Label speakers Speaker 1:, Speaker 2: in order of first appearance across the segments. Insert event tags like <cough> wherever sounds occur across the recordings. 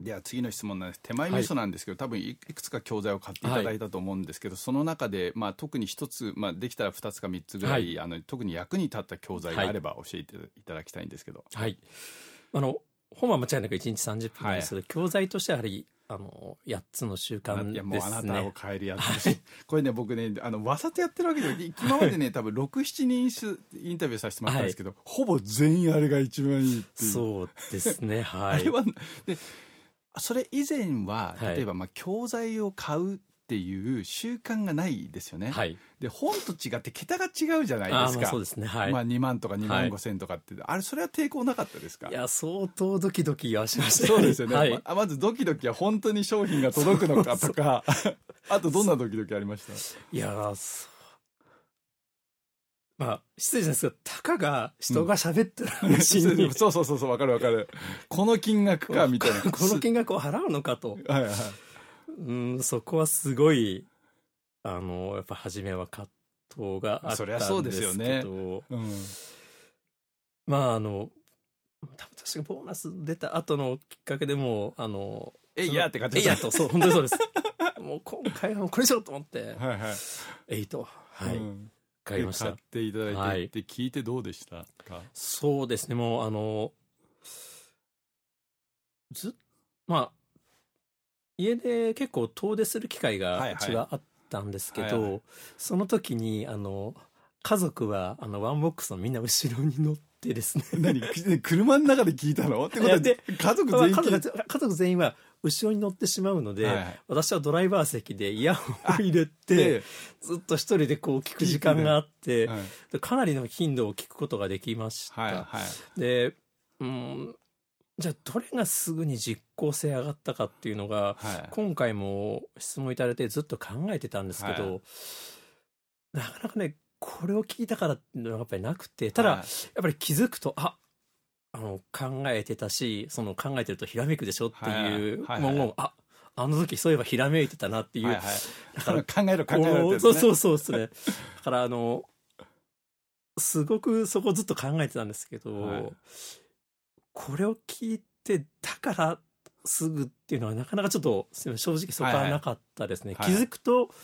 Speaker 1: では次の質問なんです手前味噌なんですけど、多分いくつか教材を買っていただいたと思うんですけど、その中で、まあ、特に1つ、まあ、できたら2つか3つぐらい、
Speaker 2: はい
Speaker 1: あの特に役に立った教材があれば教えていただきたいんですけど、
Speaker 2: はい。あの、本は間違いなく1日30分なんですけど、教材としてはやはり、あの、8つの習慣
Speaker 1: いやも
Speaker 2: で
Speaker 1: うあな
Speaker 2: す
Speaker 1: たを
Speaker 2: ね。
Speaker 1: 変えるやつです、これね僕ねあのわさとやってるわけじゃなくて今までね多分67人しインタビューさせてもらったんですけど、ほぼ全員あれが一番いいっていう
Speaker 2: そうです
Speaker 1: <laughs>
Speaker 2: ね、は
Speaker 1: あれ
Speaker 2: い。
Speaker 1: はでそれ以前は
Speaker 2: はい
Speaker 1: 例えば、まあ、教材を買うっていう習慣がないですよね、
Speaker 2: はい。
Speaker 1: で本と違って桁が違うじゃない
Speaker 2: あ
Speaker 1: で
Speaker 2: あ、
Speaker 1: す
Speaker 2: まあ
Speaker 1: か
Speaker 2: そうですね、はい。
Speaker 1: まあ、2万とか2万
Speaker 2: はい
Speaker 1: 5千とかって、あれそれは抵抗なかったですか
Speaker 2: いや、相当ドキドキはしました
Speaker 1: そうですよね、
Speaker 2: はい
Speaker 1: ま。あまずドキドキは本当に商品が届くのかとか <laughs> あとどんなドキドキありました
Speaker 2: <laughs> いやー、そう。まあ、失礼じゃないですけど、たかが人が喋ってる話に、
Speaker 1: <laughs>
Speaker 2: こ
Speaker 1: そうそうそうそうわかるわかるこの金額かみたい
Speaker 2: <laughs>
Speaker 1: な
Speaker 2: の金額を払うのかと。
Speaker 1: はいはい、
Speaker 2: うん、そこはすごい、あの、やっぱ初めは葛藤があった
Speaker 1: そ
Speaker 2: ん
Speaker 1: り
Speaker 2: で
Speaker 1: ゃ
Speaker 2: すけ
Speaker 1: そ
Speaker 2: ど、
Speaker 1: うですよねうん、
Speaker 2: まあ、あの、多分確かボーナス出た後のきっかけでもう、あの、
Speaker 1: え
Speaker 2: そ
Speaker 1: い
Speaker 2: の
Speaker 1: やって感じ
Speaker 2: えいやと、そう、本当にそうです。 <laughs> もう今回はもうこれにしようと思って、
Speaker 1: はいはい、
Speaker 2: えいと、はい、
Speaker 1: うん
Speaker 2: 買いまし
Speaker 1: で買
Speaker 2: た
Speaker 1: っ。ていただいて、
Speaker 2: はい
Speaker 1: で聞いてどうでしたか <laughs>
Speaker 2: そうですね、もうあの、ずっまあ、家で結構遠出する機会
Speaker 1: は
Speaker 2: が
Speaker 1: いうはい
Speaker 2: ちはあったんですけど、
Speaker 1: はいは
Speaker 2: その時に、あの、家族は、あの、ワンボックスのみんな後ろに乗ってですね、
Speaker 1: 何く車の中で聞いたのってことは
Speaker 2: で
Speaker 1: 家族
Speaker 2: まあ
Speaker 1: <laughs> 全員
Speaker 2: 家
Speaker 1: 聞い
Speaker 2: 族家族全員は後ろに乗ってしまうので、
Speaker 1: はいはい
Speaker 2: 私はドライバー席でイヤホンを入れて、
Speaker 1: て、
Speaker 2: ずっと一人でこう聞く時間があって、
Speaker 1: はい
Speaker 2: でかなりの頻度を聞くことができました。
Speaker 1: はいはい
Speaker 2: で、うん、じゃあどれがすぐに実効性上がったかっていうのが、
Speaker 1: はい
Speaker 2: 今回も質問いただいてずっと考えてたんですけど、
Speaker 1: は
Speaker 2: なかなかね、これを聞いたからっていうのがやっぱりなくて、ただ、
Speaker 1: はい
Speaker 2: やっぱり気づくと、ああの、考えてたし、その考えてるとひらめくでしょっていう
Speaker 1: はいはいはいはい
Speaker 2: 文言を、あ、あの時そういえばひらめいてたなっていう、
Speaker 1: はいはい
Speaker 2: だから
Speaker 1: 考えろ考えろってやつね
Speaker 2: そうそうそうですね。だからあの、すごくそこずっと考えてたんですけど、
Speaker 1: はい
Speaker 2: これを聞いて、だからすぐっていうのはなかなかちょっと、すいません正直そこはなかったですね。
Speaker 1: はいはい
Speaker 2: 気づくと、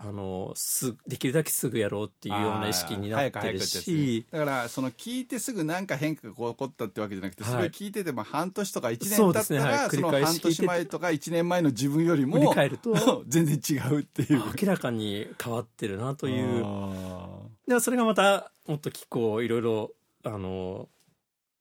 Speaker 2: あの、す、できるだけすぐやろうっていうような意識に
Speaker 1: あー
Speaker 2: なってる
Speaker 1: 早く早く
Speaker 2: し
Speaker 1: っ、てやつねだからその聞いてすぐ何か変化が起こったってわけじゃなくて、それ
Speaker 2: はい
Speaker 1: 聞いてても半年とか1年経
Speaker 2: そうで
Speaker 1: っ
Speaker 2: す
Speaker 1: た
Speaker 2: ね
Speaker 1: らそ,、
Speaker 2: はい繰り
Speaker 1: の
Speaker 2: 返し
Speaker 1: 半年前とか1年前の自分より
Speaker 2: 振り
Speaker 1: も
Speaker 2: 返ると、
Speaker 1: 全然違うっていう
Speaker 2: <laughs> 明らかに変わってるなという
Speaker 1: あ
Speaker 2: でもそれがまたもっと気候いろいろあの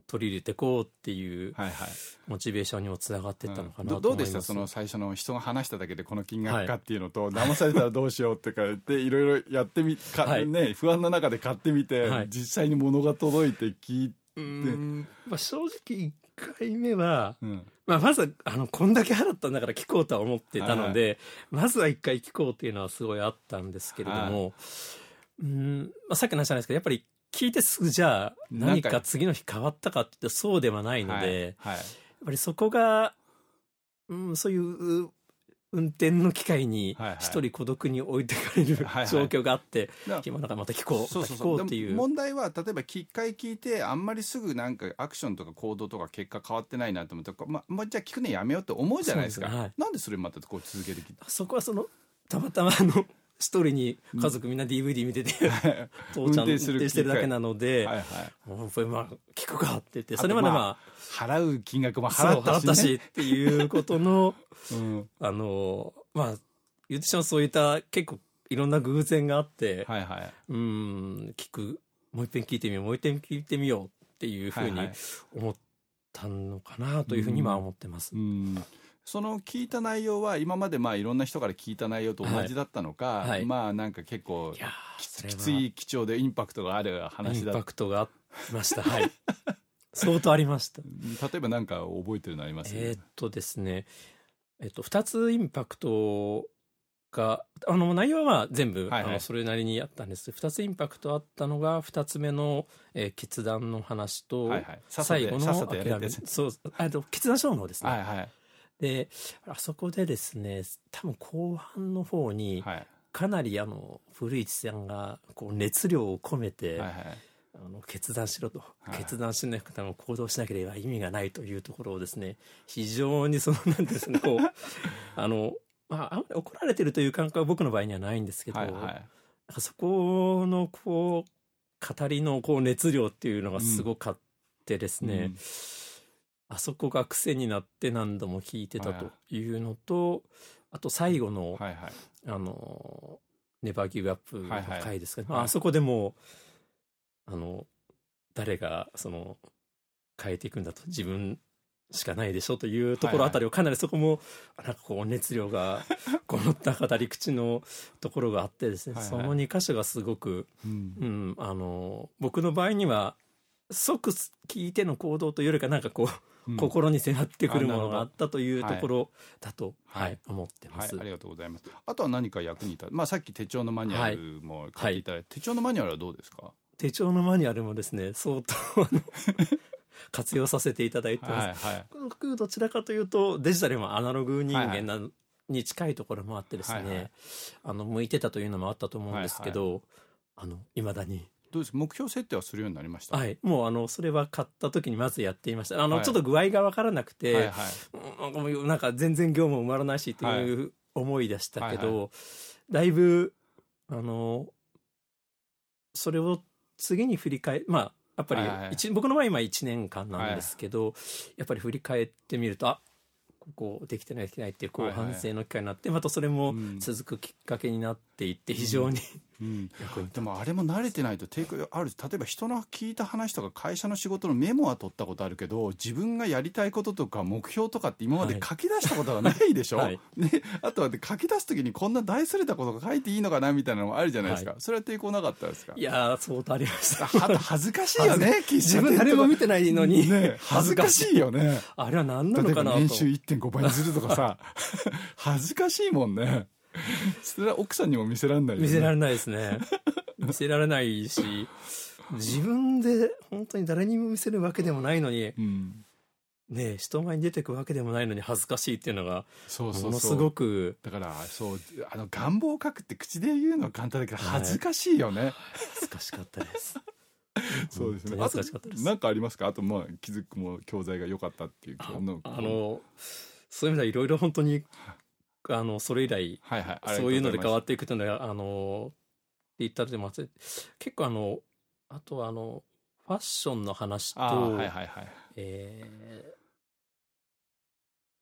Speaker 2: 取り入れてこうっていう
Speaker 1: ーはいはい
Speaker 2: モチベーションにもつながってったのかなと
Speaker 1: うんどど
Speaker 2: 思いうま、
Speaker 1: ですしたその最初の人が話しただけでこの金額かっていうのと、騙されたらどうしようってか言っていろいろやってみか、
Speaker 2: はい
Speaker 1: ね不安の中で買ってみて、
Speaker 2: はい
Speaker 1: 実際に物が届いて聞いて、
Speaker 2: うーんまあ、正直1回目は、
Speaker 1: うん
Speaker 2: まあ、まずはあのこんだけ払ったんだから聞こうとは思ってたので、まずは1回聞こうっていうのはすごいあったんですけれども、うーんまあ、さっきの話じゃないですけどやっぱり聞いてすぐじゃあ
Speaker 1: なん
Speaker 2: 何
Speaker 1: か
Speaker 2: か次の日変わったかって言ってそうではないので。
Speaker 1: はいはい
Speaker 2: やっぱりそこが、うん、そういうう運転の機会に
Speaker 1: はいはい
Speaker 2: 一人孤独に置いてかれる
Speaker 1: はいはい
Speaker 2: 状況があって、
Speaker 1: だから
Speaker 2: 今なんかまた聞こう
Speaker 1: そうそう
Speaker 2: また聞
Speaker 1: そ
Speaker 2: こ
Speaker 1: う
Speaker 2: うってい
Speaker 1: で
Speaker 2: う
Speaker 1: も問題は例えば一回聞いてあんまりすぐなんかアクションとか行動とか結果変わってないなと思ったら、ままじゃあ聞くのやめようって思うじゃないですか
Speaker 2: そうですねはい
Speaker 1: なんでそれまたこう続けてき
Speaker 2: そこはそのたまたまあの一人に家族みんな DVD 見
Speaker 1: <laughs>
Speaker 2: て
Speaker 1: て
Speaker 2: て、父ちゃん
Speaker 1: 運
Speaker 2: 運
Speaker 1: 転する
Speaker 2: 転してるだけなので、
Speaker 1: はいはい
Speaker 2: もうこれまあ聞くかって言って
Speaker 1: と
Speaker 2: それまでま
Speaker 1: 払う金額も
Speaker 2: あそう
Speaker 1: 払ったし,、ね
Speaker 2: っていうことの <laughs>
Speaker 1: うん、
Speaker 2: あのまあ言ってしまうとそういった結構いろんな偶然があって、
Speaker 1: はいはい。
Speaker 2: うん、聞く、もう一遍聞いてみよう、もう一遍聞いてみようっていうふう
Speaker 1: はい
Speaker 2: に
Speaker 1: はい
Speaker 2: 思ったのかなというふうには思ってます。
Speaker 1: うんその聞いた内容は今までまあいろんな人から聞いた内容と同じだったのか、
Speaker 2: はい
Speaker 1: まあなんか結構
Speaker 2: いやー
Speaker 1: き
Speaker 2: そ
Speaker 1: つ
Speaker 2: れは
Speaker 1: きつい基調でインパクトがある
Speaker 2: イ
Speaker 1: 話
Speaker 2: ン
Speaker 1: だ
Speaker 2: パクトがありまし
Speaker 1: <laughs>
Speaker 2: た。はい。相当ありました。
Speaker 1: 例えばなんか覚えてるのあります
Speaker 2: えーっとですね、えっと、二つインパクトが、あの、内容は全
Speaker 1: は
Speaker 2: 部、
Speaker 1: いはい
Speaker 2: あのそれなりにあったんです。二つインパクトあったのが、二つ目の、えー決断の話と、
Speaker 1: はいはいさっさと
Speaker 2: 最後の
Speaker 1: さっさとやれって
Speaker 2: 諦めそう、あと、決断書の方ですね。
Speaker 1: はいはい
Speaker 2: で、あそこでですね、多分後半の方に、
Speaker 1: はい
Speaker 2: かなりあの、古市さんが、こう、熱量を込めて、
Speaker 1: はいはい
Speaker 2: あの決断しろと、決断しなくても行動しなければ意味がないというところをですね非常にそのなんですねこ
Speaker 1: <laughs>
Speaker 2: うあのまああんまり怒られてるという感覚は僕の場合にはないんですけど、
Speaker 1: はいはい
Speaker 2: なんかそこのこう語りのこう熱量っていうのがすごかってですね、
Speaker 1: うん
Speaker 2: あそこが癖になって何度も聞いてたというのとあと最後の、
Speaker 1: はいはい
Speaker 2: あの「ネバーギブアップ」の回ですかね、
Speaker 1: はいはい
Speaker 2: まあ、あそこでもうあの誰がその変えていくんだと自分しかないでしょというところあたりをかなりそこもあなんかこう熱量がこの語り口のところがあってですね、
Speaker 1: はいはい
Speaker 2: その2箇所がすごく、
Speaker 1: うん
Speaker 2: うん、あの僕の場合には即聞いての行動というよりかなんかこう
Speaker 1: うん
Speaker 2: 心に迫ってくる
Speaker 1: あな
Speaker 2: も
Speaker 1: るほ
Speaker 2: の
Speaker 1: ど
Speaker 2: があったというところだと、
Speaker 1: はい
Speaker 2: はい思ってま
Speaker 1: はい
Speaker 2: す。、
Speaker 1: ありがとうございます。あとは何か役に立つ、まあ、さっき手帳のマニュアルも買っていただいて、手帳のマニュアルはどうですか。
Speaker 2: 手帳のマニュアルもですね相当
Speaker 1: <laughs>
Speaker 2: あの活用させていただいてます、
Speaker 1: い、はい、
Speaker 2: 僕どちらかというとデジタルもアナログ人間な、に近いところもあってですね、
Speaker 1: はいはい
Speaker 2: あの向いてたというのもあったと思うんですけど、あの未だに
Speaker 1: どうですか目標設定はするようになりました。
Speaker 2: はいもうあのそれは買った時にまずやっていましたあの、
Speaker 1: はい
Speaker 2: ちょっと具合が分からなくて、
Speaker 1: はい、はい、
Speaker 2: うんなんかもうなんか全然業務埋まらないしという思いでしたけど、
Speaker 1: はいは
Speaker 2: だいぶあのそれを次に振り返まあやっぱり
Speaker 1: はいはい
Speaker 2: 一、僕の場合今1年間なんですけど、やっぱり振り返ってみるとあここできてないできてないっていうこう
Speaker 1: はいはい
Speaker 2: 反省の機会になって、またそれも
Speaker 1: うん
Speaker 2: 続くきっかけになっていって非常
Speaker 1: うん。
Speaker 2: に、役に立
Speaker 1: でもあれも慣れてないと抵抗ある例えば人の聞いた話とか会社の仕事のメモは取ったことあるけど自分がやりたいこととか目標とかって今まで
Speaker 2: はい
Speaker 1: 書き出したことがないでしょ、
Speaker 2: はい
Speaker 1: ね、あとはで書き出す時にこんな大それたことが書いていいのかなみたいなのもあるじゃないですか、それは抵抗なかったですか
Speaker 2: いやー相当ありまし
Speaker 1: あ
Speaker 2: た
Speaker 1: あと恥ずかしいよね
Speaker 2: <laughs> 自分誰も見てないのに、
Speaker 1: ね、恥ずか
Speaker 2: い
Speaker 1: しいよね。
Speaker 2: あれは何な
Speaker 1: 例
Speaker 2: の
Speaker 1: えば
Speaker 2: かなと
Speaker 1: 年収1.5倍にするとか
Speaker 2: <laughs>
Speaker 1: さ、恥ずかしいもんね。それは奥さんにも見せられないよね。
Speaker 2: 見せられないですね見せられないし自分で本当に誰にも見せるわけでもないのに
Speaker 1: うん。
Speaker 2: ねえ人前に出てくわけでもないのに恥ずかしいっていうのが
Speaker 1: そうそ
Speaker 2: も
Speaker 1: う
Speaker 2: の
Speaker 1: そ
Speaker 2: す
Speaker 1: う。
Speaker 2: ごく
Speaker 1: だから、そう、あの、願望を書くって口で言うのは簡単だけど、
Speaker 2: はい
Speaker 1: 恥ずかしいよね。
Speaker 2: 恥ずかしかったです
Speaker 1: そうですね。
Speaker 2: 本当に恥ずかしかったです
Speaker 1: あとなんかありますかあと、まあ、気づくも教材が良かったっていう。
Speaker 2: あ
Speaker 1: の
Speaker 2: あ、のそういう意味ではいろいろ本当にあのそれ以来
Speaker 1: はいはい。ありがと
Speaker 2: そういうので変わ
Speaker 1: っ
Speaker 2: っていくというのはあのって言ったらでも結構あのあとはあのファッションの話と、
Speaker 1: ああ、はいはいはい。
Speaker 2: えー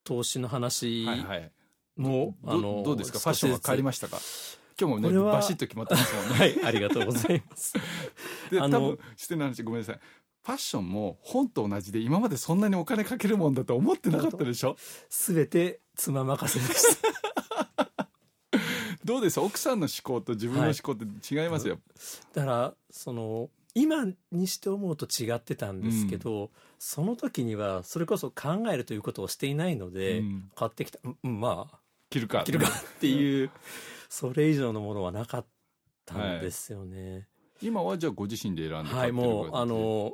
Speaker 2: 投資の話
Speaker 1: はいはい。
Speaker 2: もう、あ
Speaker 1: ど
Speaker 2: の、
Speaker 1: どうですかファッションは変わりま
Speaker 2: し
Speaker 1: したか今日も
Speaker 2: こ
Speaker 1: ね、
Speaker 2: れは
Speaker 1: バシッと決まってますもんね。
Speaker 2: た。はい、ありがとうござい
Speaker 1: <laughs>
Speaker 2: ます。
Speaker 1: で多
Speaker 2: あの
Speaker 1: 分視点の話ごめんなさいファッションも本と同じで今までそんなにお金かけるもんだと思ってなかったでしょ
Speaker 2: すべて妻任せでした。
Speaker 1: どうです奥さんの思考と自分の思考って違いますよ、
Speaker 2: だから、その、今にして思うと違ってたんですけど、その時には、それこそ考えるということをしていないので、
Speaker 1: うん
Speaker 2: 買ってきた、うんまあ、
Speaker 1: 着るか
Speaker 2: 着るかっていう、それ以上のものはなかったんですよね。
Speaker 1: 今はじゃあご自身で選んで
Speaker 2: は
Speaker 1: 買
Speaker 2: い、
Speaker 1: ってる感
Speaker 2: もう、
Speaker 1: じ
Speaker 2: あの、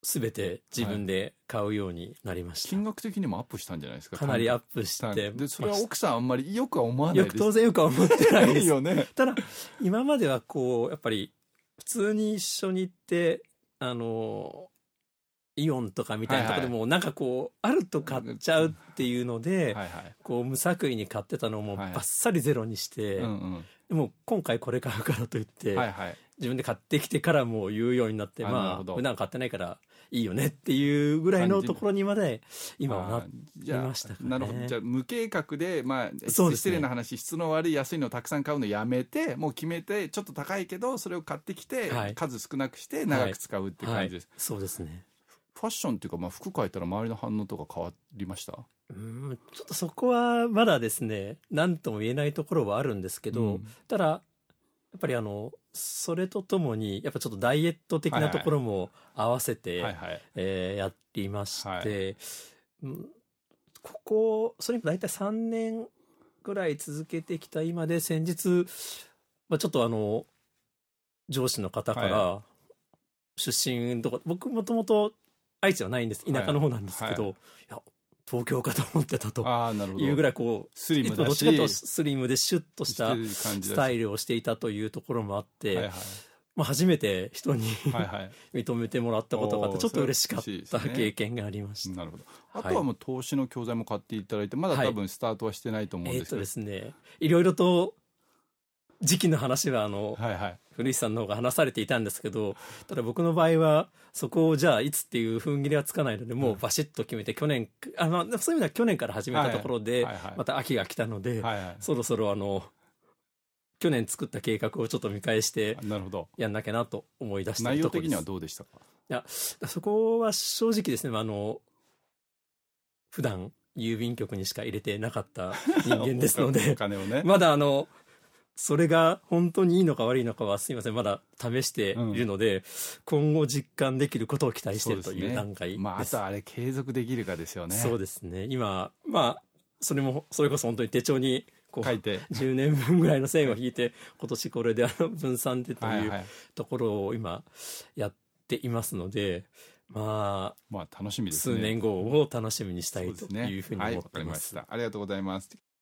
Speaker 2: すべて自分で買うようになりました。
Speaker 1: 金額的にもアップしたんじゃないですか
Speaker 2: かなりア
Speaker 1: ッ
Speaker 2: ップし
Speaker 1: 単
Speaker 2: て
Speaker 1: 単でそれは奥さんあんまりよくは思わない
Speaker 2: よ
Speaker 1: で
Speaker 2: く
Speaker 1: す
Speaker 2: 当然よくは思ってないで
Speaker 1: いい
Speaker 2: す。
Speaker 1: よね
Speaker 2: ただ、今まではこう、やっぱり、普通に一緒に行って、あの、イオンとかみたいなとこでも、なんかこう、あると買っちゃうっていうの
Speaker 1: は
Speaker 2: で
Speaker 1: い、はい、
Speaker 2: こう、無作為に買ってたのをもう
Speaker 1: はい
Speaker 2: バッサリゼロにして、
Speaker 1: うん
Speaker 2: でも今回これ買うからといっ
Speaker 1: う
Speaker 2: て、
Speaker 1: んはいはい
Speaker 2: 自分で買ってきてからもう言うようになって、
Speaker 1: あなる
Speaker 2: ま
Speaker 1: ほ
Speaker 2: あ、
Speaker 1: ど
Speaker 2: 普段買ってないからいいよねっていうぐらいのところにまで、今はな
Speaker 1: あーじゃあ
Speaker 2: いましたかね
Speaker 1: なるほどじゃあ無計画でまあ
Speaker 2: そうです
Speaker 1: 失
Speaker 2: ね
Speaker 1: 礼な話質の悪い安いのをたくさん買うのやめてもう決めてちょっと高いけどそれを買ってきて、
Speaker 2: はい
Speaker 1: 数少なくして長く使うって
Speaker 2: は
Speaker 1: 感
Speaker 2: い
Speaker 1: じです、
Speaker 2: そうですね。
Speaker 1: ファッションっていうか、まあ、服変えたら周りの反応とか変わりました
Speaker 2: うーんちょっとそこはまだですね、何とも言えないところはあるんですけ
Speaker 1: け
Speaker 2: ど、ただ、やっぱりあの、それとともに、やっぱちょっとダイエット的なところも合わせて、
Speaker 1: はいはい
Speaker 2: えーやりまして、
Speaker 1: は
Speaker 2: うんここ、それも大体3年ぐらい続けてきた今で、先日、まあ、ちょっとあの、上司の方から、
Speaker 1: は
Speaker 2: 出身とか、僕もともと愛知はないんです。田舎の方なんですけど、
Speaker 1: はい
Speaker 2: や、東京かと思ってたと。
Speaker 1: ああなるほど
Speaker 2: いうぐらいこう、
Speaker 1: スリ
Speaker 2: い
Speaker 1: ム
Speaker 2: つも
Speaker 1: だ
Speaker 2: どっ
Speaker 1: し
Speaker 2: ちかというとスリムでシュッとした
Speaker 1: してる感じだし
Speaker 2: スタイルをしていたというところもあって、
Speaker 1: はいはい
Speaker 2: まあ、初めて人に
Speaker 1: はいはい
Speaker 2: <laughs> 認めてもらったことがあって
Speaker 1: おー
Speaker 2: ちょっと嬉しかっ
Speaker 1: それは嬉しい
Speaker 2: た
Speaker 1: ですね
Speaker 2: 経験がありました、
Speaker 1: なるほど
Speaker 2: はい
Speaker 1: あとはもう投資の教材も買っていただいてまだ多分スタートはしてないと思うん
Speaker 2: えっ、
Speaker 1: ですけ
Speaker 2: と
Speaker 1: ど、
Speaker 2: ですねいろいろと時期の話はあの、
Speaker 1: はいはい
Speaker 2: 古市さんの方が話されていたんですけどただ僕の場合はそこをじゃあいつっていう踏ん切りはつかないのでもうバシッと決めて去年あ、まあ、そういう意味では去年から始めたところで、
Speaker 1: はいはい
Speaker 2: また秋が来たので、
Speaker 1: はいは
Speaker 2: そろそろあの去年作った計画をちょっと見返して
Speaker 1: いなるほど
Speaker 2: やんなきゃなと思い出した
Speaker 1: 内容
Speaker 2: とこ
Speaker 1: 的
Speaker 2: ろ
Speaker 1: に
Speaker 2: で
Speaker 1: は
Speaker 2: す
Speaker 1: どうでしたか
Speaker 2: そこは正直ですね、まあ、あの普段郵便局にしか入れてなか
Speaker 1: <laughs>
Speaker 2: った人間ですの
Speaker 1: お
Speaker 2: で
Speaker 1: 金をね、
Speaker 2: まだあの、それが本当にいいのか悪いのかはすいません、まだ試しているので、今後実感できることを期待している
Speaker 1: そ
Speaker 2: と
Speaker 1: うです
Speaker 2: いう
Speaker 1: ね
Speaker 2: 段階です。
Speaker 1: まあ、あとあれ継続できるかですよね
Speaker 2: そうですね。今、まあ、それも、それこそ本当に手帳に、こ
Speaker 1: 書
Speaker 2: う、
Speaker 1: い
Speaker 2: <laughs>
Speaker 1: て
Speaker 2: 10年分ぐらいの線を引いて、今年これであの分散でと
Speaker 1: はいいうはい
Speaker 2: ところを今やっていますので、まあ、
Speaker 1: まあ楽しみですね
Speaker 2: 数年後を楽しみにしたい
Speaker 1: そう
Speaker 2: と
Speaker 1: ですね
Speaker 2: いうふうに
Speaker 1: はい
Speaker 2: 思
Speaker 1: わ
Speaker 2: っ
Speaker 1: か
Speaker 2: て
Speaker 1: り
Speaker 2: ま
Speaker 1: ますし。たありがとうございます